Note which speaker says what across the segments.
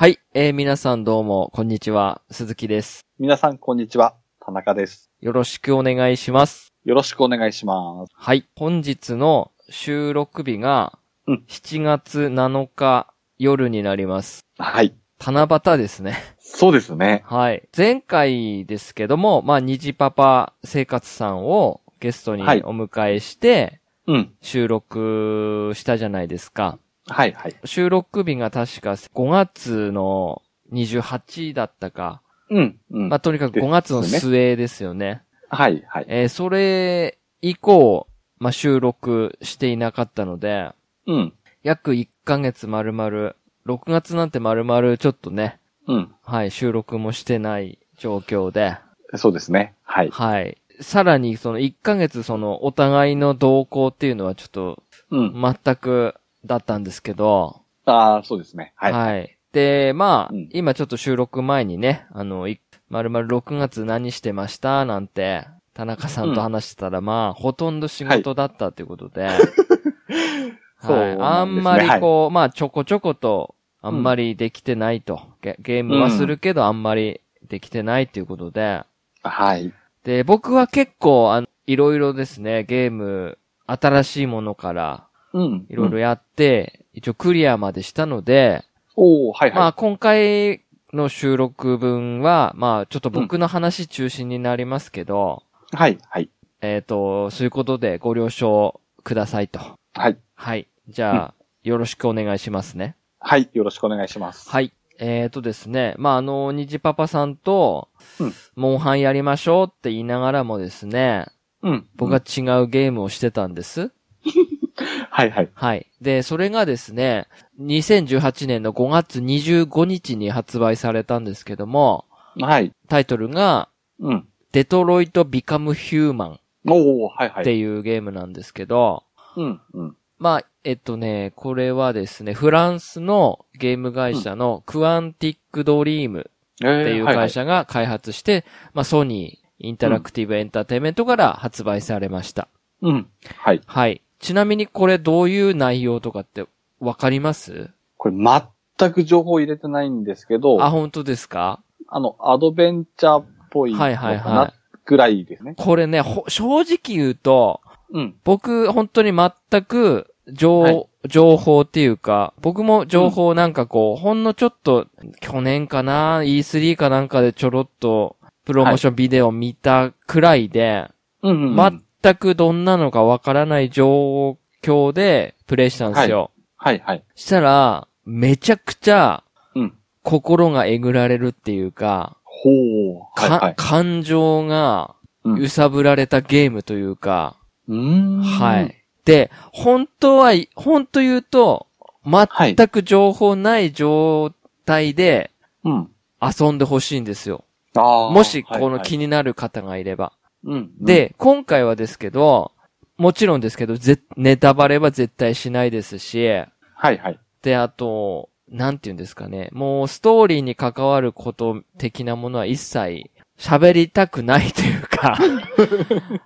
Speaker 1: はい、えー皆さんどうも、こんにちは、鈴木です。
Speaker 2: 皆さん、こんにちは。田中です。
Speaker 1: よろしくお願いします。
Speaker 2: よろしくお願いします。
Speaker 1: はい、本日の収録日が
Speaker 2: うん、
Speaker 1: 7月7日夜になります。
Speaker 2: はい。
Speaker 1: 七夕ですね。
Speaker 2: そうですね。
Speaker 1: はい。前回ですけども、まあ、虹パパ生活さんをゲストにお
Speaker 2: はい
Speaker 1: 迎えして、
Speaker 2: うん。
Speaker 1: 収録したじゃないですか。
Speaker 2: はい、はい。
Speaker 1: 収録日が確か5月の28だったか。
Speaker 2: うん、うん。
Speaker 1: まあ、とにかく
Speaker 2: です
Speaker 1: 5月の
Speaker 2: ね
Speaker 1: 末ですよね。
Speaker 2: はい、はい。
Speaker 1: えーそれ以降、まあ、収録していなかったので、
Speaker 2: うん、
Speaker 1: 約1ヶ月丸々、6月なんて丸々ちょっとね、
Speaker 2: うん。
Speaker 1: はい、収録もしてない状況で、
Speaker 2: そうですね。はい。
Speaker 1: はい。さらにその1ヶ月そのお互いの動向っていうのはちょっと
Speaker 2: うん。
Speaker 1: 全くだったんですけど、
Speaker 2: ああ、そうですね。はい。
Speaker 1: で、まあ、
Speaker 2: うん
Speaker 1: 今ちょっと収録前にね、あの、い丸々6月何してましたなんて、田中さんと話してたら、まあ、ほとんど仕事だったということ で、はい。
Speaker 2: そうなんですね
Speaker 1: あんまりこう、まあ、ちょこちょこと、あんまりできてないと。ゲゲームはするけど、あんまりできてないということで、
Speaker 2: はい。
Speaker 1: で、僕は結構、あの、いろいろですね、ゲーム、新しいものから、
Speaker 2: うん。
Speaker 1: いろいろ
Speaker 2: うん
Speaker 1: やって、一応クリアまでしたので、
Speaker 2: おー、はい、
Speaker 1: ま
Speaker 2: は
Speaker 1: あ今回の収録分は、まあちょっと僕の話中心になりますけど、
Speaker 2: い。はい、はい。
Speaker 1: えっ、と、そういうことでご了承くださいと。
Speaker 2: はい。
Speaker 1: はい。じゃあ、よろしくお願いしますね。
Speaker 2: はい。よろしくお願いします。
Speaker 1: はい。えっ、とですね、まああの、にじパパさんと
Speaker 2: うん、
Speaker 1: モンハンやりましょうって言いながらもですね、
Speaker 2: うん。
Speaker 1: 僕は違うゲームをしてたんです。
Speaker 2: うん。はい、はい。
Speaker 1: はい。で、それがですね、2018年の5月25日に発売されたんですけども、
Speaker 2: はい。
Speaker 1: タイトルが、
Speaker 2: うん。
Speaker 1: デトロイト・ビカム・ヒューマン
Speaker 2: おー、はい、は
Speaker 1: っ
Speaker 2: い。
Speaker 1: ていうゲームなんですけど、
Speaker 2: うん、うん。
Speaker 1: まあ、えっとね、これはですね、フランスのゲーム会社のクアンティック・ドリーム
Speaker 2: えー
Speaker 1: っていう
Speaker 2: はは
Speaker 1: 会社が開発して、まあ、ソニー、インタラクティブ・エンターテイメントから発売されました。
Speaker 2: うん。はい。
Speaker 1: はい。ちなみにこれどういう内容とかってわかります
Speaker 2: これ、全く情報入れてないんですけど、
Speaker 1: あ、
Speaker 2: あ
Speaker 1: 本当ですか
Speaker 2: の、アドベンチャーっぽいの
Speaker 1: はいはいは
Speaker 2: か
Speaker 1: い。
Speaker 2: なぐらいですね。
Speaker 1: これね、ほ正直言うと、
Speaker 2: うん。
Speaker 1: 僕、本当に全く、情、
Speaker 2: はい
Speaker 1: 情報っていうか、僕も情報なんかこう、ほんのちょっと、去年かな、E3 かなんかでちょろっと、プロモーションビデオ見たくらいで、
Speaker 2: うんうんうん。
Speaker 1: 全くどんなのかわからない状況で、プレイしたんですよ。
Speaker 2: はいはい。
Speaker 1: したら、めちゃくちゃ、
Speaker 2: うん。
Speaker 1: 心がえぐられるっていうか、
Speaker 2: ほう。はい
Speaker 1: か、
Speaker 2: はい。
Speaker 1: 感情が
Speaker 2: う、ん
Speaker 1: 揺さぶられたゲームというか、
Speaker 2: うーん。
Speaker 1: は。い。で、本当は、本当言うと、
Speaker 2: い
Speaker 1: 全く情報ない状態で
Speaker 2: うん。
Speaker 1: 遊んでほしいんですよ。
Speaker 2: ああ。
Speaker 1: もし、
Speaker 2: はい
Speaker 1: この
Speaker 2: はい
Speaker 1: 気になる方がいれば。
Speaker 2: うん。
Speaker 1: で、今回はですけど、もちろんですけど、ぜネタバレは絶対しないですし、
Speaker 2: うん、はいはい。
Speaker 1: で、あと、なんて言うんですかね。もう、ストーリーに関わること的なものは一切喋りたくないというか。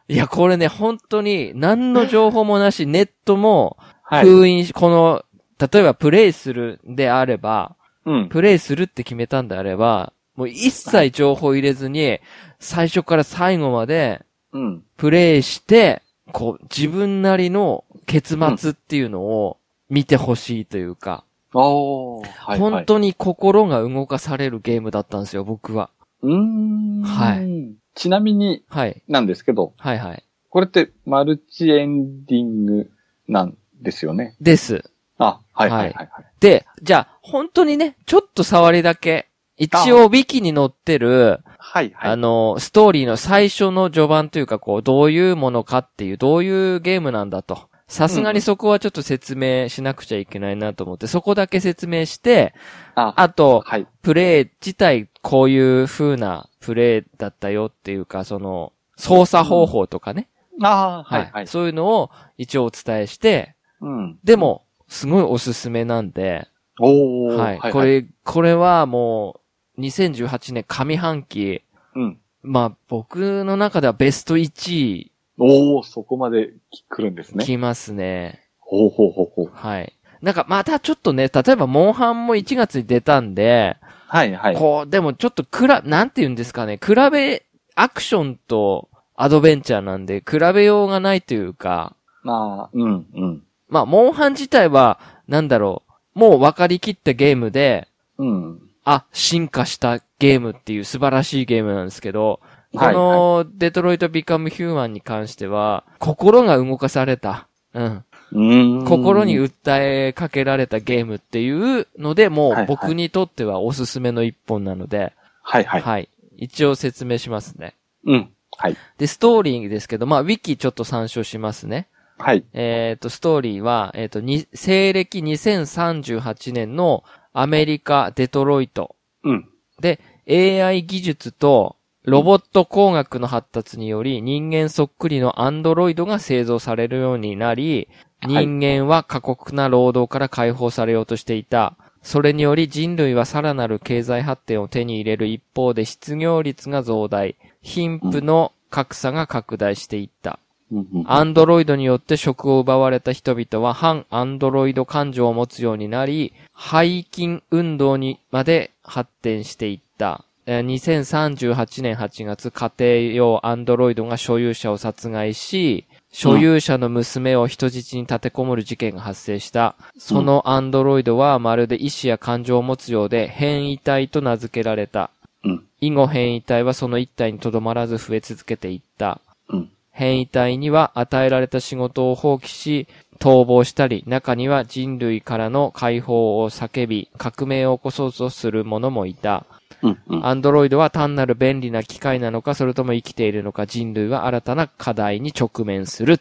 Speaker 1: いや、これね、本当に何の情報もなし、ネットも
Speaker 2: はい。
Speaker 1: 封印し、この、例えばプレイするんであれば、
Speaker 2: うん。
Speaker 1: プレイするって決めたんであれば、もう一切情報入れずに、最初から最後まで
Speaker 2: うん。
Speaker 1: プレイして、こう、自分なりの結末っていうのを見てほしいというか。
Speaker 2: おー。はいはい。
Speaker 1: 本当に心が動かされるゲームだったんですよ、僕は。
Speaker 2: うーん。。
Speaker 1: はい
Speaker 2: ちなみに
Speaker 1: はい。
Speaker 2: なんですけど、
Speaker 1: はいはい。
Speaker 2: これってマルチエンディングなんですよね。
Speaker 1: です。
Speaker 2: あ、はいはいはい。はい、
Speaker 1: で、じゃあ、本当にね、ちょっと触りだけ。一応、ウィキに載ってる、
Speaker 2: はいはい。
Speaker 1: あの、ストーリーの最初の序盤というか、こう、どういうものかっていう、どういうゲームなんだと。さすがにそこはちょっと説明しなくちゃいけないなと思って、そこだけ説明して、
Speaker 2: あ、
Speaker 1: あと、
Speaker 2: はい。
Speaker 1: プレイ自体、こういう風なプレイだったよっていうか、その、操作方法とかね。
Speaker 2: あー、
Speaker 1: は
Speaker 2: はいい、はい。
Speaker 1: そういうのを一応お伝えして、
Speaker 2: うん。
Speaker 1: でも、すごいおすすめなんで、
Speaker 2: おー。
Speaker 1: はい。こ、れ、これはもう、2018年上半期、
Speaker 2: うん。
Speaker 1: まあ僕の中ではベスト1位
Speaker 2: おー、そこまで来るんですね。
Speaker 1: きますね。
Speaker 2: ほうほうほうほう。
Speaker 1: はい。なんかまたちょっとね、例えばモンハンも1月に出たんで、
Speaker 2: はいはい。
Speaker 1: こう、でもちょっとくら、なんて言うんですかね、比べ、アクションとアドベンチャーなんで、比べようがないというか、
Speaker 2: まあ、うん、うん。
Speaker 1: まあ、モンハン自体は、なんだろう、もう分かりきったゲームで、
Speaker 2: うん。
Speaker 1: あ、進化したゲームっていう素晴らしいゲームなんですけど、こ
Speaker 2: はいは
Speaker 1: の、デトロイト・ビカム・ヒューマンに関しては、心が動かされた。うん。
Speaker 2: い、うーん。
Speaker 1: 心に訴えかけられたゲームっていうので、も
Speaker 2: はいは
Speaker 1: う
Speaker 2: い
Speaker 1: 僕にとってはおすすめの一本なので、
Speaker 2: はいは。
Speaker 1: はい一応説明しますね。
Speaker 2: うん。はい。
Speaker 1: で、ストーリーですけど、まあ、ウィキちょっと参照しますね。
Speaker 2: はい。
Speaker 1: えっ、と、ストーリーは、えっ、と、に、西暦2038年のアメリカ・デトロイト
Speaker 2: うん。
Speaker 1: で、AI 技術とロボット工学の発達により人間そっくりのアンドロイドが製造されるようになり、
Speaker 2: はい
Speaker 1: 人間は過酷な労働から解放されようとしていた。それにより人類はさらなる経済発展を手に入れる一方で失業率が増大、貧富の格差が拡大していった。
Speaker 2: うんうん
Speaker 1: アンドロイドによって職を奪われた人々は反アンドロイド感情を持つようになり、背筋運動にまで発展していった。えー2038年8月、家庭用アンドロイドが所有者を殺害し、所有者の娘を人質に立てこもる事件が発生した。そのアンドロイドはまるで意志や感情を持つようで変異体と名付けられた。
Speaker 2: うん。
Speaker 1: 以後変異体はその一体にとどまらず増え続けていった。
Speaker 2: うん。
Speaker 1: 変異体には与えられた仕事を放棄し、逃亡したり、中には人類からの解放を叫び、革命を起こそうとする者もいた。
Speaker 2: うん。うん。
Speaker 1: アンドロイドは単なる便利な機械なのか、それとも生きているのか、人類は新たな課題に直面するっ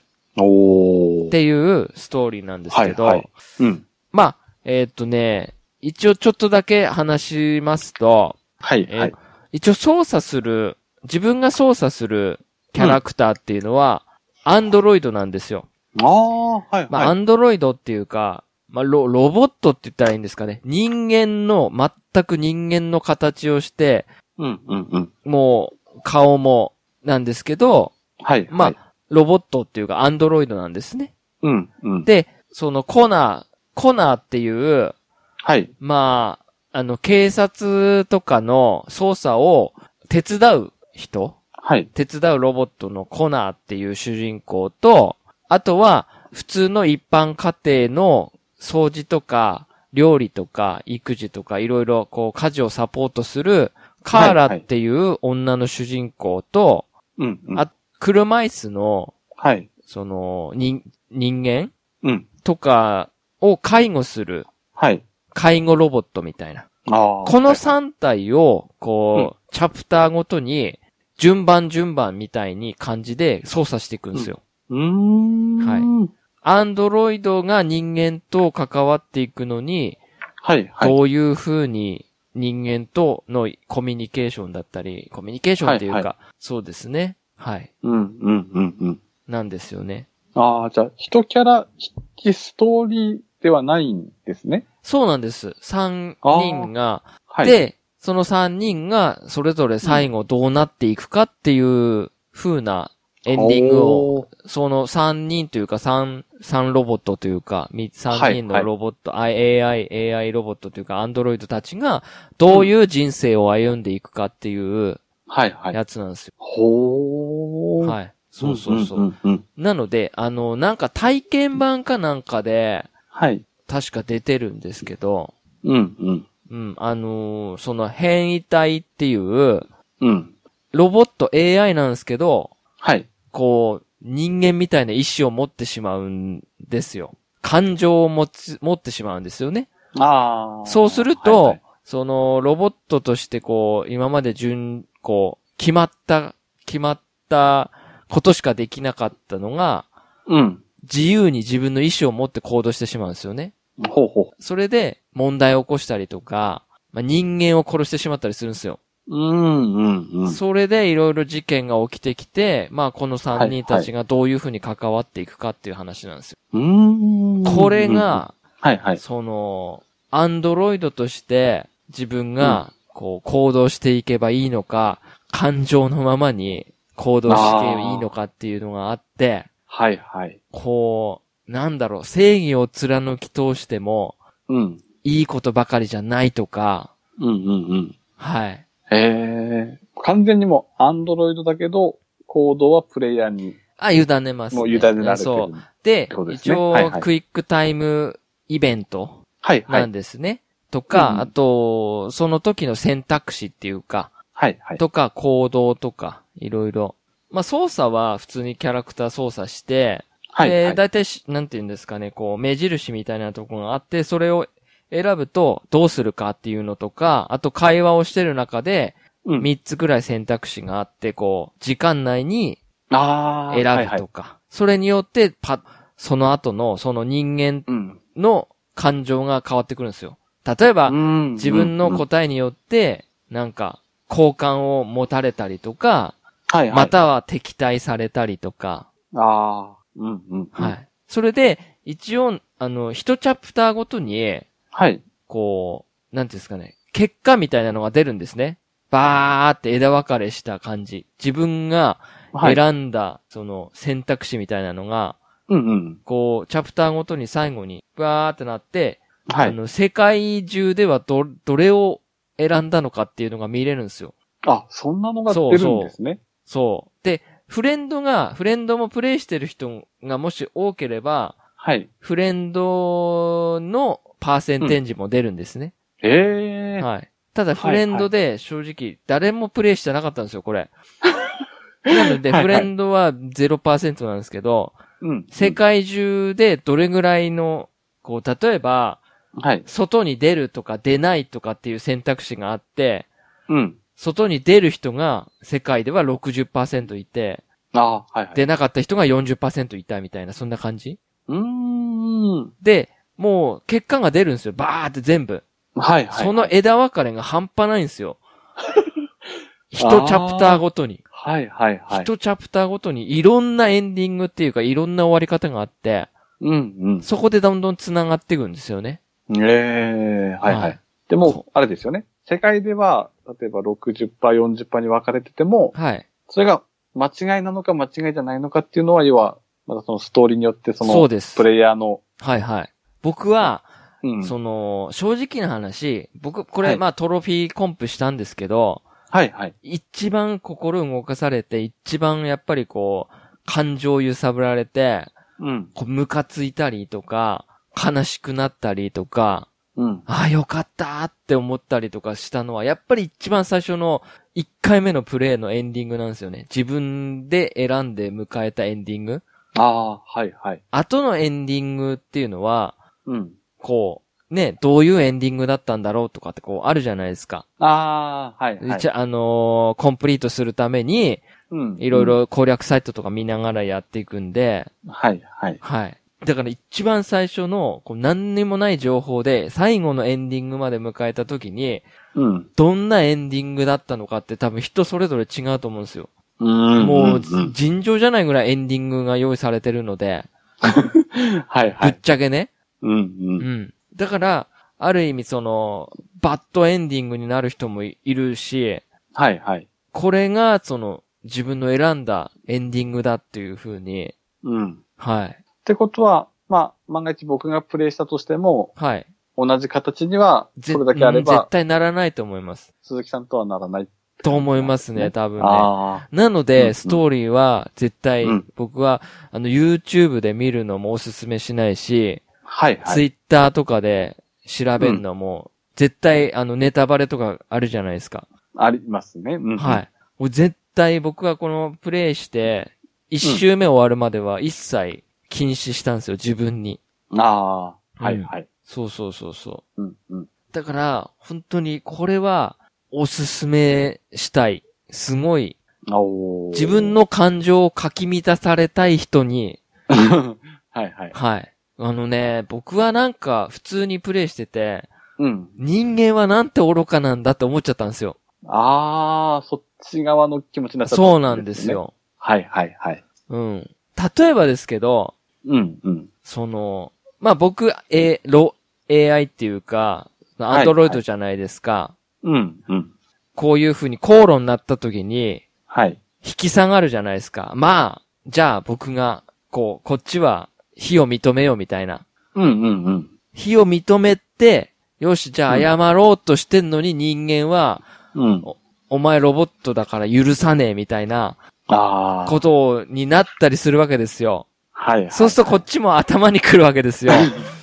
Speaker 2: おー。
Speaker 1: ていうストーリーなんですけど、
Speaker 2: はいはいうん。
Speaker 1: まあ、えーっとね、一応ちょっとだけ話しますと、
Speaker 2: はい
Speaker 1: えー
Speaker 2: はい。
Speaker 1: 一応操作する、自分が操作するキャラクターっていうのは、アンドロイドなんですよ。
Speaker 2: ああ、はい
Speaker 1: まあ、ア
Speaker 2: はい。
Speaker 1: ンドロイドっていうか、まあ、ロ、ロボットって言ったらいいんですかね。人間の、全く人間の形をして、
Speaker 2: うん。うん。うん。
Speaker 1: もう、顔も、なんですけど、
Speaker 2: はい。
Speaker 1: ま
Speaker 2: はい。
Speaker 1: あ、ロボットっていうか、アンドロイドなんですね。
Speaker 2: うん。うん。
Speaker 1: で、そのコナー、コナーっていう、
Speaker 2: はい。
Speaker 1: まあ、あの、警察とかの捜査を手伝う人
Speaker 2: はい。
Speaker 1: 手伝うロボットのコナーっていう主人公と、あとは普通の一般家庭の掃除とか料理とか育児とかいろいろこう家事をサポートするカーラっていう女の主人公と、
Speaker 2: うん。うん
Speaker 1: あ車椅子の
Speaker 2: はい。
Speaker 1: その人人間
Speaker 2: うん。
Speaker 1: とかを介護する
Speaker 2: はい。
Speaker 1: 介護ロボットみたいな。
Speaker 2: ああ。
Speaker 1: この
Speaker 2: はい
Speaker 1: 3体を、こう、チャプターごとに、順番順番みたいに感じで操作していくんですよ。
Speaker 2: うーん。
Speaker 1: はアンドロイドが人間と関わっていくのに、
Speaker 2: はい。はい。
Speaker 1: どういう風に人間とのコミュニケーションだったり、コミュニケーションっていうか、
Speaker 2: はいは
Speaker 1: そうですね。はい。
Speaker 2: うん。うん。うん。うん。
Speaker 1: なんですよね。
Speaker 2: ああ、じゃあ、一キャラ、一ストーリーではないんですね。
Speaker 1: そうなんです。3
Speaker 2: あー
Speaker 1: 人が、
Speaker 2: はい。、
Speaker 1: で、その3人がそれぞれ最後どうなっていくかっていう風なエンディングを
Speaker 2: を。
Speaker 1: その3人というか3、3ロボットというか、み3人
Speaker 2: は
Speaker 1: の
Speaker 2: いはい
Speaker 1: ロボット、AI、AI ロボットというか、アンドロイドたちが、どういう人生を歩んでいくかっていう
Speaker 2: はい、はい。
Speaker 1: やつなんですよ。
Speaker 2: ほー。い。
Speaker 1: はい。そうそうそう。
Speaker 2: んうんうん。
Speaker 1: なので、あの、なんか体験版かなんかで、
Speaker 2: はい。
Speaker 1: 確か出てるんですけど、
Speaker 2: うん、うん。
Speaker 1: うん、あのーその変異体っていう、
Speaker 2: うん。
Speaker 1: ロボット AI なんですけど、
Speaker 2: はい。
Speaker 1: こう、人間みたいな意志を持ってしまうんですよ。感情を持ち、持ってしまうんですよね。
Speaker 2: ああ。
Speaker 1: そうすると、
Speaker 2: はい
Speaker 1: その、ロボットとしてこう、今まで順、こう、決まった、決まったことしかできなかったのが、
Speaker 2: はいうん。
Speaker 1: 自由に自分の意思を持って行動してしまうんですよね。
Speaker 2: ほうほ
Speaker 1: それで、問題を起こしたりとか、まあ、人間を殺してしまったりするんですよ。
Speaker 2: う。うん、うん、うん。
Speaker 1: それでいろいろ事件が起きてきて、まあこの3人たちがどういうふうに関わっていくかっていう話なんですよ
Speaker 2: うーん。
Speaker 1: これ、が、
Speaker 2: はい、はい。
Speaker 1: その、アンドロイドとして自分が、こう、行動していけばいいのか、感情のままに行動していいのかっていうのがあって、
Speaker 2: はい、はい。
Speaker 1: こう、なんだろう、正義を貫き通しても、
Speaker 2: うん。
Speaker 1: いいことばかりじゃないとか、
Speaker 2: うんうんうん。
Speaker 1: はい。
Speaker 2: ええ完全にもうアンドロイドだけど、行動はプレイヤーに
Speaker 1: あ、委ねます、ね。
Speaker 2: もう委ねられてる。
Speaker 1: そう。
Speaker 2: は
Speaker 1: で、
Speaker 2: てことです
Speaker 1: 一
Speaker 2: ね
Speaker 1: 応、
Speaker 2: はいはい
Speaker 1: クイックタイムイベント
Speaker 2: いは
Speaker 1: なん
Speaker 2: い。
Speaker 1: ですね。とか、
Speaker 2: うん
Speaker 1: あと、その時の選択肢っていうか、
Speaker 2: はいはい。
Speaker 1: とか行動とか、いろいろ。まあ、操作は普通にキャラクター操作して、
Speaker 2: はい
Speaker 1: で
Speaker 2: はい。
Speaker 1: 大体し、なんて言うんですかね、こう、目印みたいなところがあって、それを選ぶとどうするかっていうのとか、あと会話をしてる中で、
Speaker 2: うん
Speaker 1: 3つぐらい選択肢があって、こう、時間内に
Speaker 2: ああ。
Speaker 1: 選
Speaker 2: はいは
Speaker 1: ぶ
Speaker 2: い
Speaker 1: とか、それによって、パッ、その後の、その人間
Speaker 2: うん。
Speaker 1: の感情が変わってくるんですよ。例えば、
Speaker 2: うん
Speaker 1: 自分の
Speaker 2: うん
Speaker 1: 答えによって、なんか、好感を持たれたりとか、
Speaker 2: はいはい。
Speaker 1: ま。たは敵対されたりとか、
Speaker 2: ああ。うんうん。
Speaker 1: は。い。それで、一応、あの、一チャプターごとに、
Speaker 2: はい。
Speaker 1: こう、なんていうんですかね、結果みたいなのが出るんですね。バーって枝分かれした感じ。自分が
Speaker 2: はい。
Speaker 1: 選んだ、その選択肢みたいなのが、
Speaker 2: うんうん。
Speaker 1: こう、チャプターごとに最後に、バーってなって、
Speaker 2: は
Speaker 1: あ
Speaker 2: い。
Speaker 1: の、世界中ではど、どれを選んだのかっていうのが見れるんですよ。
Speaker 2: あ、そんなのが出るんですね。
Speaker 1: そう。で、フレンドが、フレンドもプレイしてる人がもし多ければ、
Speaker 2: はい。
Speaker 1: フレンドのパーセンテージも出るんですね。
Speaker 2: ええ。
Speaker 1: はい。ただ、フレンドで、正直、誰もプレイしてなかったんですよ、これ。なので、
Speaker 2: はい
Speaker 1: フ
Speaker 2: はい
Speaker 1: レンドは0%なんですけど、
Speaker 2: うん。
Speaker 1: 世界中でどれぐらいの、こう、例えば、
Speaker 2: はい。
Speaker 1: 外に出るとか出ないとかっていう選択肢があって、
Speaker 2: うん。
Speaker 1: 外に出る人が世界では60%いて、
Speaker 2: ああー、はいはい。
Speaker 1: 出なかった人が40%いたみたいな、そんな感じ
Speaker 2: うーん。
Speaker 1: で、もう結果が出るんですよ。バーって全部。
Speaker 2: はいはい。
Speaker 1: その枝分かれが半端ないん ですよ。一チャプターごとに。
Speaker 2: はいはいはい。
Speaker 1: 一チャプターごとにいろんなエンディングっていうかいろんな終わり方があって、
Speaker 2: うん
Speaker 1: そこでどんどん繋がっていくんですよね。
Speaker 2: うん。ええはいはい。。でも、あれですよね。世界では、例えば60%、40%に分かれてても、
Speaker 1: はい。
Speaker 2: それが間違いなのか間違いじゃないのかっていうのは、要は、またそのストーリーによって、そ
Speaker 1: そう
Speaker 2: の、
Speaker 1: です
Speaker 2: プ。レイヤーの、
Speaker 1: はいはい。僕は、
Speaker 2: うん。
Speaker 1: その、正直な話、僕、こ
Speaker 2: は
Speaker 1: れ、
Speaker 2: い
Speaker 1: まあトロフィーコンプしたんですけど、
Speaker 2: はいはい。
Speaker 1: 一番心動かされて、一番やっぱりこう、感情揺さぶられて、
Speaker 2: うん。
Speaker 1: こうムカついたりとか、悲しくなったりとか、
Speaker 2: うん。
Speaker 1: ああ、よかったーって思ったりとかしたのは、やっぱり一番最初の1回目のプレイのエンディングなんですよね。自分で選んで迎えたエンディング。
Speaker 2: ああ、はいはい。
Speaker 1: 後のエンディングっていうのは、
Speaker 2: うん。
Speaker 1: こう、ね、どういうエンディングだったんだろうとかってこうあるじゃないですか。
Speaker 2: ああ、はいはい。
Speaker 1: 一応あのーコンプリートするために、
Speaker 2: うん
Speaker 1: いろい。ろ攻略サイトとか見ながらやっていくんで、
Speaker 2: はいはい。
Speaker 1: はい。だから一番最初の、こう何にもない情報で、最後のエンディングまで迎えた時に、
Speaker 2: うん。
Speaker 1: どんなエンディングだったのかって多分人それぞれ違うと思うんですよ。
Speaker 2: うん。
Speaker 1: もう、
Speaker 2: ん
Speaker 1: 尋常じゃないぐらいエンディングが用意されてるので、
Speaker 2: はいは
Speaker 1: ぶっ
Speaker 2: い。
Speaker 1: ちゃけね。
Speaker 2: うんう。
Speaker 1: うんん。だから、ある意味その、バッドエンディングになる人もいいるし、
Speaker 2: はいはい。
Speaker 1: これがその、自分の選んだエンディングだっていう風に、
Speaker 2: うん。
Speaker 1: はい。
Speaker 2: ってことは、まあ、万が一僕がプレイしたとしても、
Speaker 1: はい。
Speaker 2: 同じ形には、
Speaker 1: ぜ
Speaker 2: それだけあれ
Speaker 1: うん絶
Speaker 2: ば、
Speaker 1: 対ならないと思います。
Speaker 2: 鈴木さんとはならない。
Speaker 1: と思いますね、
Speaker 2: ね
Speaker 1: 多分ね。
Speaker 2: あ
Speaker 1: なの
Speaker 2: うんう
Speaker 1: で、
Speaker 2: ん
Speaker 1: ストーリーは絶対
Speaker 2: うん、
Speaker 1: 僕は、あの、YouTube で見るのもおすすめしないし、
Speaker 2: あ、はいはい。
Speaker 1: Twitter とかで調べるのも、絶対、あの、ネタバレとかあるじゃないですか。
Speaker 2: ありますね。うん。
Speaker 1: はい。もう絶対僕はこのプレイして、一周目終わるまでは一切禁止したんですよ、自分に。
Speaker 2: ああ、は
Speaker 1: う
Speaker 2: い
Speaker 1: ん
Speaker 2: はい。
Speaker 1: そうそうそうそう。
Speaker 2: うんうん。
Speaker 1: だから、本当にこれは、おすすめしたい。すごい、
Speaker 2: おー
Speaker 1: 自分。の感情をかき乱されたい人に、
Speaker 2: はいはい。
Speaker 1: はい。あのね、僕はなんか普通にプレイしてて、
Speaker 2: うん。
Speaker 1: 人間はなんて愚かなんだって思っちゃったんですよ。
Speaker 2: ああ、そっち側の気持ちになっちゃった、
Speaker 1: そうなんです。よ。
Speaker 2: はいはいはい。
Speaker 1: うん。例えばですけど、
Speaker 2: うんうん。
Speaker 1: その、まあ、僕、え、ロ、AI っていうか、ア
Speaker 2: は
Speaker 1: ン
Speaker 2: い
Speaker 1: ドロイドじゃないですか。
Speaker 2: うんうん。
Speaker 1: こういう風に口論になった時に、
Speaker 2: はい。
Speaker 1: 引き下がるじゃないですか。まあ、じゃあ僕が、こう、こっちは非を認めようみたいな。
Speaker 2: うんうんうん。
Speaker 1: 非を認めて、よし、じゃあ謝ろうとしてんのに人間は、
Speaker 2: うん。
Speaker 1: お前ロボットだから許さねえみたいな
Speaker 2: ああ。
Speaker 1: ことになったりするわけですよ。
Speaker 2: はい、はい。
Speaker 1: そうするとこっちも頭に来るわけですよ。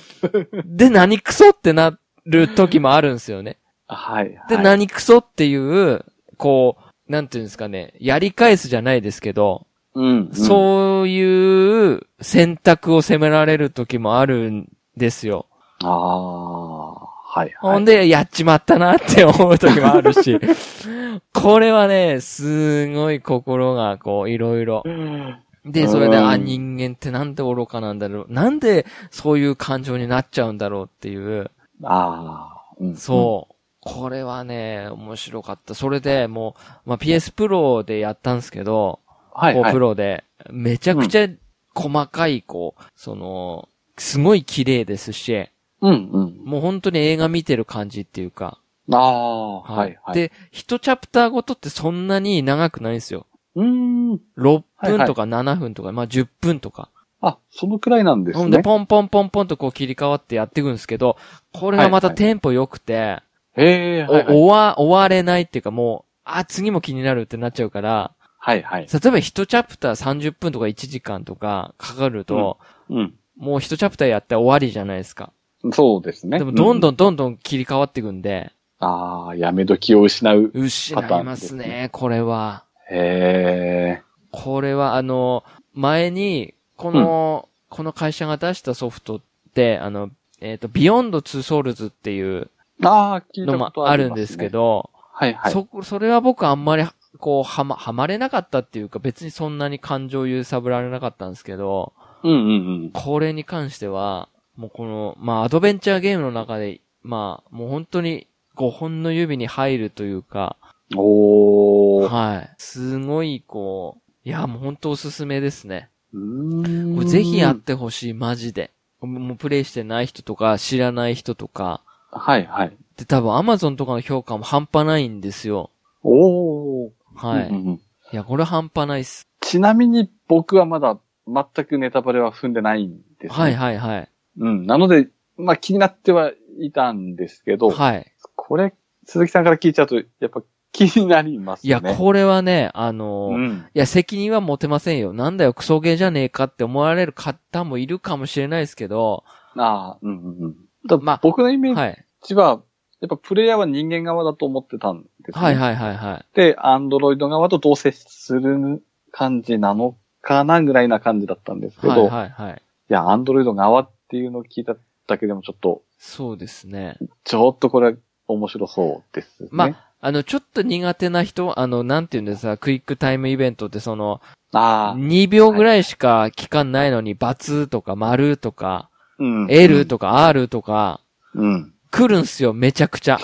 Speaker 1: で、何クソってなる時もあるんですよね。
Speaker 2: はい、はい。
Speaker 1: で、何クソっていう、こう、なんていうんですかね、やり返すじゃないですけど、
Speaker 2: うん、うん。う。
Speaker 1: そういう選択を責められる時もあるんですよ。
Speaker 2: ああ。はい、はい。
Speaker 1: ほんで、やっちまったなって思う時もある し、これはね、すごい心がこう、いろいろ。
Speaker 2: うん。
Speaker 1: で、それで、
Speaker 2: うん
Speaker 1: あ、人間ってなんで愚かなんだろう。なんでそういう感情になっちゃうんだろうっていう。
Speaker 2: ああ。うん。
Speaker 1: そう。これはね、面白かった。それでもう、まあ、PS プロでやったんですけど、
Speaker 2: うん。はい、
Speaker 1: こ
Speaker 2: は
Speaker 1: う
Speaker 2: い
Speaker 1: プ。ロで、めちゃくちゃ細かい、こう、その、すごい綺麗ですし、
Speaker 2: うん、うん。
Speaker 1: もう本当に映画見てる感じっていうか。
Speaker 2: ああ。はい、はい。、
Speaker 1: で、一チャプターごとってそんなに長くないんですよ。
Speaker 2: うーん。
Speaker 1: 6分とか7分とか、まあ10分とか。
Speaker 2: あ、そのくらいなんです
Speaker 1: ほんで、
Speaker 2: ね。
Speaker 1: ポンポンポンポンとこう切り替わってやっていくんですけど、これがまたテンポ良くて、
Speaker 2: へえ、
Speaker 1: お
Speaker 2: はい、はい。
Speaker 1: 終わ、終われないっていうかもう、あ、次も気になるってなっちゃうから、
Speaker 2: はい、はい。
Speaker 1: 例えば一チャプター30分とか1時間とかかかると、
Speaker 2: うん。
Speaker 1: もう一チャプターやって終わりじゃないですか。
Speaker 2: そうですね。
Speaker 1: でも、どんど
Speaker 2: ん。
Speaker 1: んどんどん切り替わっていくんで、
Speaker 2: ああ、やめ時を失う。
Speaker 1: 失います
Speaker 2: パターンです
Speaker 1: ね、これは。
Speaker 2: へえ。
Speaker 1: これは、あの、前に、この、この会社が出したソフトって、あの、えっ、と、ビヨンド2ソウルズっていう
Speaker 2: ああ、聞い
Speaker 1: の
Speaker 2: た
Speaker 1: も
Speaker 2: こと
Speaker 1: あ
Speaker 2: り
Speaker 1: るん
Speaker 2: ますね
Speaker 1: ですけ。ど、
Speaker 2: はい、はい。
Speaker 1: そ、それは僕あんまり、こう、はま、はまれなかったっていうか、別にそんなに感情揺さぶられなかったんですけど、
Speaker 2: うん、うん、
Speaker 1: これに関しては、もうこの、まあ、アドベンチャーゲームの中で、まあ、もう本当に5本の指に入るというか、
Speaker 2: うん。おー。
Speaker 1: はい。すごい、こう、いや、もう本当おすすめですね。
Speaker 2: うーん
Speaker 1: これぜひやってほしい、マジで。もうプレイしてない人とか、知らない人とか、
Speaker 2: はい、はい。
Speaker 1: で、多分 Amazon とかの評価も半端ないんですよ。
Speaker 2: おー。
Speaker 1: はい。
Speaker 2: うんうんうん
Speaker 1: いや、これ半端ないっす。
Speaker 2: ちなみに僕はまだ全くネタバレは踏んでないんです、ね。
Speaker 1: はいはいはい。
Speaker 2: うん。なので、まあ気になってはいたんですけど、
Speaker 1: はい。
Speaker 2: これ、鈴木さんから聞いちゃうと、やっぱ気になりますね。
Speaker 1: いや、これはね、あのー
Speaker 2: うん。
Speaker 1: いや、責任は持てませんよ。なんだよ、クソゲーじゃねえかって思われる方もいるかもしれないですけど、
Speaker 2: ああ、うんうんうん。だ
Speaker 1: まあ
Speaker 2: 僕のイメー
Speaker 1: はい。
Speaker 2: ジは、やっぱプレイヤーは人間側だと思ってたんです、ね。
Speaker 1: はいはいはいはい。
Speaker 2: で、アンドロイド側とどう接する感じなのかなぐらいな感じだったんですけど、
Speaker 1: はいいはいはい。
Speaker 2: や、アンドロイド側っていうのを聞いただけでもちょっと、
Speaker 1: そうですね。
Speaker 2: ちょっとこれ面白そうですね。
Speaker 1: まあの、ちょっと苦手な人、あの、なんて言うんですか、クイックタイムイベントってその、
Speaker 2: ああ、
Speaker 1: 2秒ぐらいしか期間ないのに、バツとか丸とか、
Speaker 2: うん。
Speaker 1: L とか R とか、
Speaker 2: うん。
Speaker 1: 来るんすよ、めちゃく ちゃ。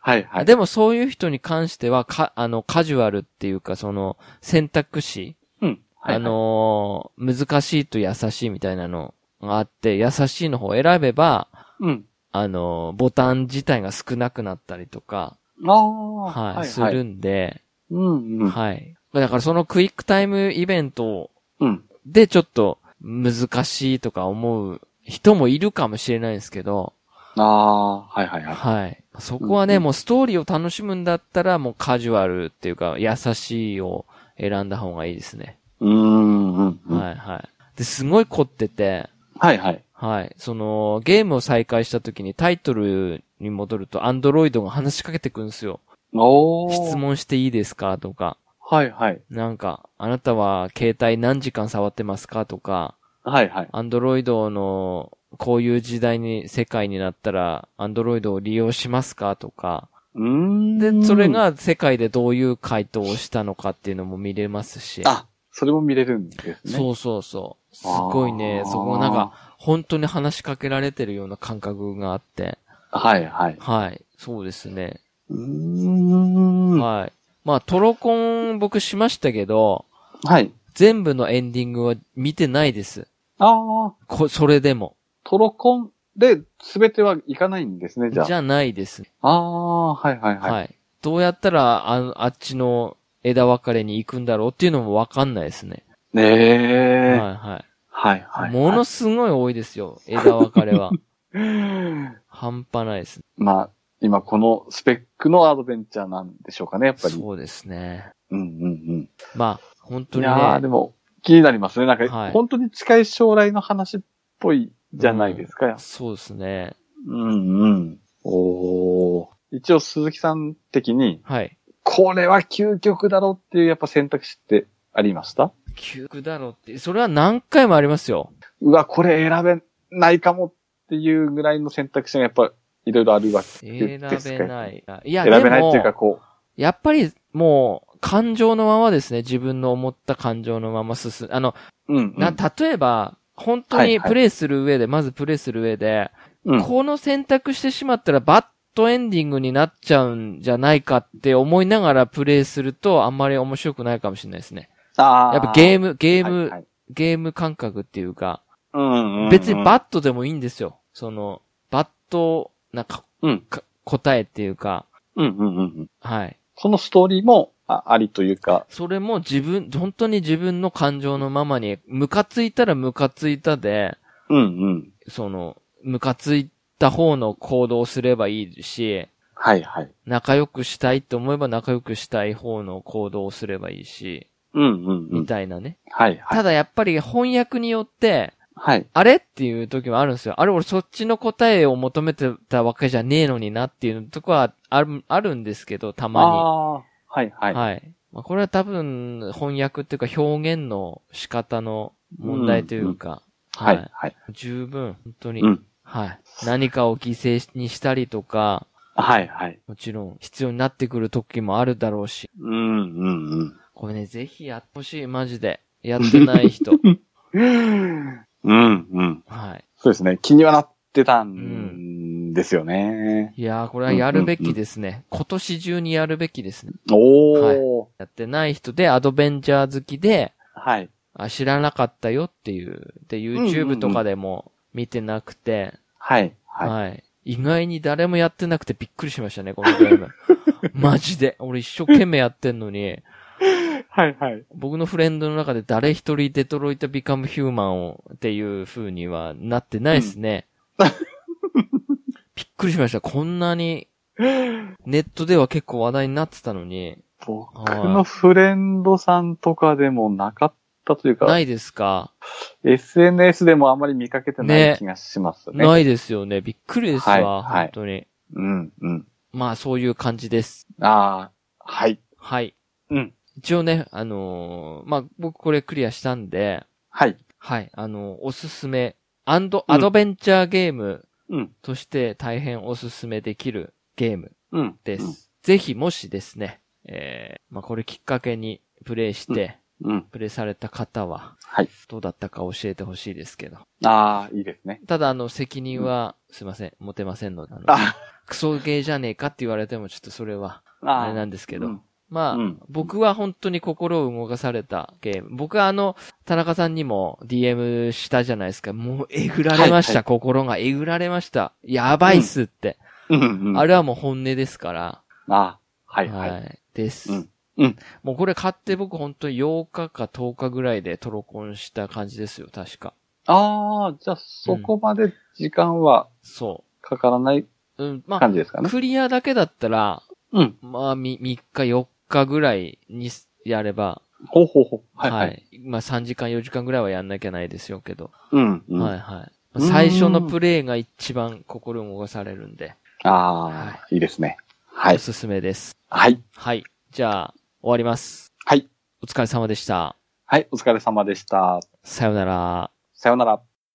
Speaker 2: はいはい。
Speaker 1: でもそういう人に関しては、か、あの、カジュアルっていうか、その、選択肢、
Speaker 2: うん。はいはい
Speaker 1: あ、のー難しいと優しいみたいなのがあって、優しいの方を選べば、
Speaker 2: うん。
Speaker 1: あのーボタン自体が少なくなったりとか、
Speaker 2: ああ、
Speaker 1: はい、
Speaker 2: はい。
Speaker 1: する。んで、
Speaker 2: うんうん。
Speaker 1: はい。だからそのクイックタイムイベント
Speaker 2: うん。
Speaker 1: でちょっと難しいとか思う人もいるかもしれないですけど、
Speaker 2: ああ、はいはいはい。
Speaker 1: はい。そこはね、
Speaker 2: うんうん
Speaker 1: もうストーリーを楽しむんだったら、もうカジュアルっていうか、優しいを選んだ方がいいですね。
Speaker 2: うーん。うんうん
Speaker 1: はいはい。で、すごい凝ってて、
Speaker 2: はいはい。
Speaker 1: はい。その、ゲームを再開した時にタイトルに戻ると、アンドロイドが話しかけてくるんですよ。
Speaker 2: おー。
Speaker 1: 質。問していいですかとか、
Speaker 2: はいはい。
Speaker 1: なんか、あなたは携帯何時間触ってますかとか、
Speaker 2: はいはい。
Speaker 1: アンドロイドの、こういう時代に、世界になったら、アンドロイドを利用しますかとか、
Speaker 2: うーん。
Speaker 1: で、それ、が世界でどういう回答をしたのかっていうのも見れますし。
Speaker 2: あ、それも見れるんですね。
Speaker 1: そうそうそう。すごいね
Speaker 2: あ、ー
Speaker 1: そこなんか、。本当に話しかけられてるような感覚があって。
Speaker 2: はいはい。
Speaker 1: はい。そうですね。
Speaker 2: うーん。は
Speaker 1: はい。まあ、トロコン僕しましたけど、
Speaker 2: い。
Speaker 1: 全部のエンディングは見てないです。
Speaker 2: ああ、
Speaker 1: こ、それでも。
Speaker 2: トロコンで全てはいかないんですね、じゃあ。
Speaker 1: じゃないです。
Speaker 2: ああ、はいはい
Speaker 1: はい。
Speaker 2: はい。
Speaker 1: どうやったら、あの、あっちの枝分かれに行くんだろうっていうのもわかんないですね。
Speaker 2: ねえ。
Speaker 1: はいはい。
Speaker 2: はいはい。
Speaker 1: ものすごい多いですよ、枝分かれ は。半端ないです。
Speaker 2: まあ、今このスペックのアドベンチャーなんでしょうかね、やっぱり。う
Speaker 1: そうですね。
Speaker 2: んうん
Speaker 1: まあ、本
Speaker 2: う
Speaker 1: 当
Speaker 2: ん。い
Speaker 1: に
Speaker 2: やー、
Speaker 1: ね
Speaker 2: で。も、気になりますね。なんか、
Speaker 1: はい
Speaker 2: 本当に近い将来の話っぽいじゃないですか。
Speaker 1: そうですね。
Speaker 2: うんうん。おー一応、鈴木さん的に、
Speaker 1: はい。
Speaker 2: これは究極だろうっていうやっぱ選択肢ってありました
Speaker 1: 急だろって、それは何回もありますよ。
Speaker 2: うわ、これ選べないかもっていうぐらいの選択肢がやっぱいろいろあるわけ
Speaker 1: 選
Speaker 2: ですか
Speaker 1: べない。いや、
Speaker 2: 選べないってい
Speaker 1: で
Speaker 2: うか、
Speaker 1: も
Speaker 2: こ
Speaker 1: やっぱりもう、感情のままですね。自分の思った感情のまま進む。あの、
Speaker 2: う。うん、う
Speaker 1: な、
Speaker 2: ん。
Speaker 1: 例えば、本当
Speaker 2: はい
Speaker 1: に
Speaker 2: はい
Speaker 1: プレイする上で、まずプレイする上で、
Speaker 2: うん
Speaker 1: この選択してしまったらバッドエンディングになっちゃうんじゃないかって思いながらプレイするとあんまり面白くないかもしれないですね。
Speaker 2: あ
Speaker 1: やっぱゲ
Speaker 2: ー
Speaker 1: ーム、ゲーム、
Speaker 2: はいはい
Speaker 1: ゲーム感覚っていうか、
Speaker 2: うんうんうん
Speaker 1: 別にバットでもいいんですよ。その、バットなか、
Speaker 2: うん
Speaker 1: か答えっていうか、
Speaker 2: うんうんうんうん。
Speaker 1: はい。
Speaker 2: そのストーリーもあありというか、
Speaker 1: それも自分、本当に自分の感情のままに、ムカついたらムカついたで、
Speaker 2: うんうん。
Speaker 1: その、ムカついた方の行動をすればいいし、
Speaker 2: はいはい。
Speaker 1: 仲良くしたいって思えば仲良くしたい方の行動をすればいいし、
Speaker 2: うんうんう
Speaker 1: み
Speaker 2: ん。
Speaker 1: たいなね。
Speaker 2: はいはい。
Speaker 1: ただやっぱり翻訳によって、
Speaker 2: はい。
Speaker 1: あれっていう時もあるんですよ。あれ俺そっちの答えを求めてたわけじゃねえのになっていうとこはある、あるんですけど、た
Speaker 2: あ
Speaker 1: ま
Speaker 2: あ、はいは
Speaker 1: に。
Speaker 2: い。
Speaker 1: はい。まあ、これは多分翻訳っていうか表現の仕方の問題というか、
Speaker 2: は
Speaker 1: はい
Speaker 2: はい。
Speaker 1: 十分、本当に、
Speaker 2: うん。
Speaker 1: はい。何かを犠牲にしたりとか、
Speaker 2: はいはい。
Speaker 1: もちろん必要になってくる時もあるだろうし、
Speaker 2: うんうん
Speaker 1: これね、ぜひやってほしい、マジで。やってない人。
Speaker 2: うん。うんうん。
Speaker 1: はい。
Speaker 2: そうですね。気にはなってたんですよね。
Speaker 1: いやー、これはやるべきですね。今年中にやるべきですね。
Speaker 2: おー。
Speaker 1: やってない人で、アドベンチャー好きで、
Speaker 2: はい。
Speaker 1: あ知らなかったよっていう。で、
Speaker 2: うんうんう
Speaker 1: YouTube
Speaker 2: ん
Speaker 1: とかでも見てなくて、
Speaker 2: はい。
Speaker 1: はい、
Speaker 2: はい。
Speaker 1: 意外に誰もやってなくてびっくりしましたね、このゲーム。 マジで。俺一生懸命やってんのに、
Speaker 2: はいはい。
Speaker 1: 僕のフレンドの中で誰一人デトロイトビカムヒューマンをっていう風にはなってないです ね。びっくりしました。こんな に、ネットでは結構話題になってたのに、
Speaker 2: 僕のフレンドさんとかでもなかったというか、
Speaker 1: ないですか
Speaker 2: SNS でもあんまり見かけてない気がしますね。
Speaker 1: ないですよね。びっくりですわ、
Speaker 2: はいはい
Speaker 1: 本当に。
Speaker 2: うん、うん。
Speaker 1: まあ、そういう感じです。
Speaker 2: ああ、はい。
Speaker 1: はい。
Speaker 2: うん。
Speaker 1: 一応ね、あのーまあ、僕これクリアしたんで、
Speaker 2: はい。
Speaker 1: はい、あのーおすすめ、アンド、アドベンチャーゲーム
Speaker 2: うん。
Speaker 1: として大変おすすめできるゲーム
Speaker 2: うん。
Speaker 1: です。ぜひ、もしですね、えー、まあ、これきっかけにプレイして、
Speaker 2: うん。うん。
Speaker 1: プレイされた方は、
Speaker 2: はい。
Speaker 1: どうだったか教えてほしいですけど。
Speaker 2: ああ、いいですね。
Speaker 1: ただ、あの、責任は、すいません、持てませんので、あの
Speaker 2: あ
Speaker 1: クソゲーじゃねえかって言われても、ちょっとそれは、
Speaker 2: あ
Speaker 1: あれなんですけど。
Speaker 2: うん
Speaker 1: まあ、
Speaker 2: うん
Speaker 1: 僕は本当に心を動かされたゲーム。僕はあの、田中さんにも DM したじゃないですか。もう、えぐられました。
Speaker 2: はいは
Speaker 1: 心がえぐられました。やばいっすって。
Speaker 2: うん。うん。
Speaker 1: あ
Speaker 2: れ
Speaker 1: れはもう本音ですから。
Speaker 2: ああ、はいはい。
Speaker 1: です、
Speaker 2: うんうん
Speaker 1: もうこれ買って僕本当に8日か10日ぐらいでトロコンした感じですよ、確か。
Speaker 2: ああ、じゃあそこまで時間は
Speaker 1: そ。
Speaker 2: かからないう
Speaker 1: うん、ま
Speaker 2: 感じですか
Speaker 1: あ、
Speaker 2: ね。
Speaker 1: クリアだけだったら、
Speaker 2: うん。
Speaker 1: まあ、み、3日、4日ぐらいにやれば、
Speaker 2: ほうほうほう。は
Speaker 1: はいい、
Speaker 2: はい。
Speaker 1: まあ、3時間、4時間ぐらいはやんなきゃないですよけど。
Speaker 2: うん。うん
Speaker 1: はいはい。
Speaker 2: うん
Speaker 1: 最初のプレイが一番心動かされるんで、
Speaker 2: ああ、いいですね。は
Speaker 1: お
Speaker 2: い。
Speaker 1: すすめです。
Speaker 2: はい。
Speaker 1: はい。じゃあ、終わります。
Speaker 2: はい。
Speaker 1: お疲れ様でした。
Speaker 2: はい。お疲れ様でした。
Speaker 1: さようなら。
Speaker 2: さようなら。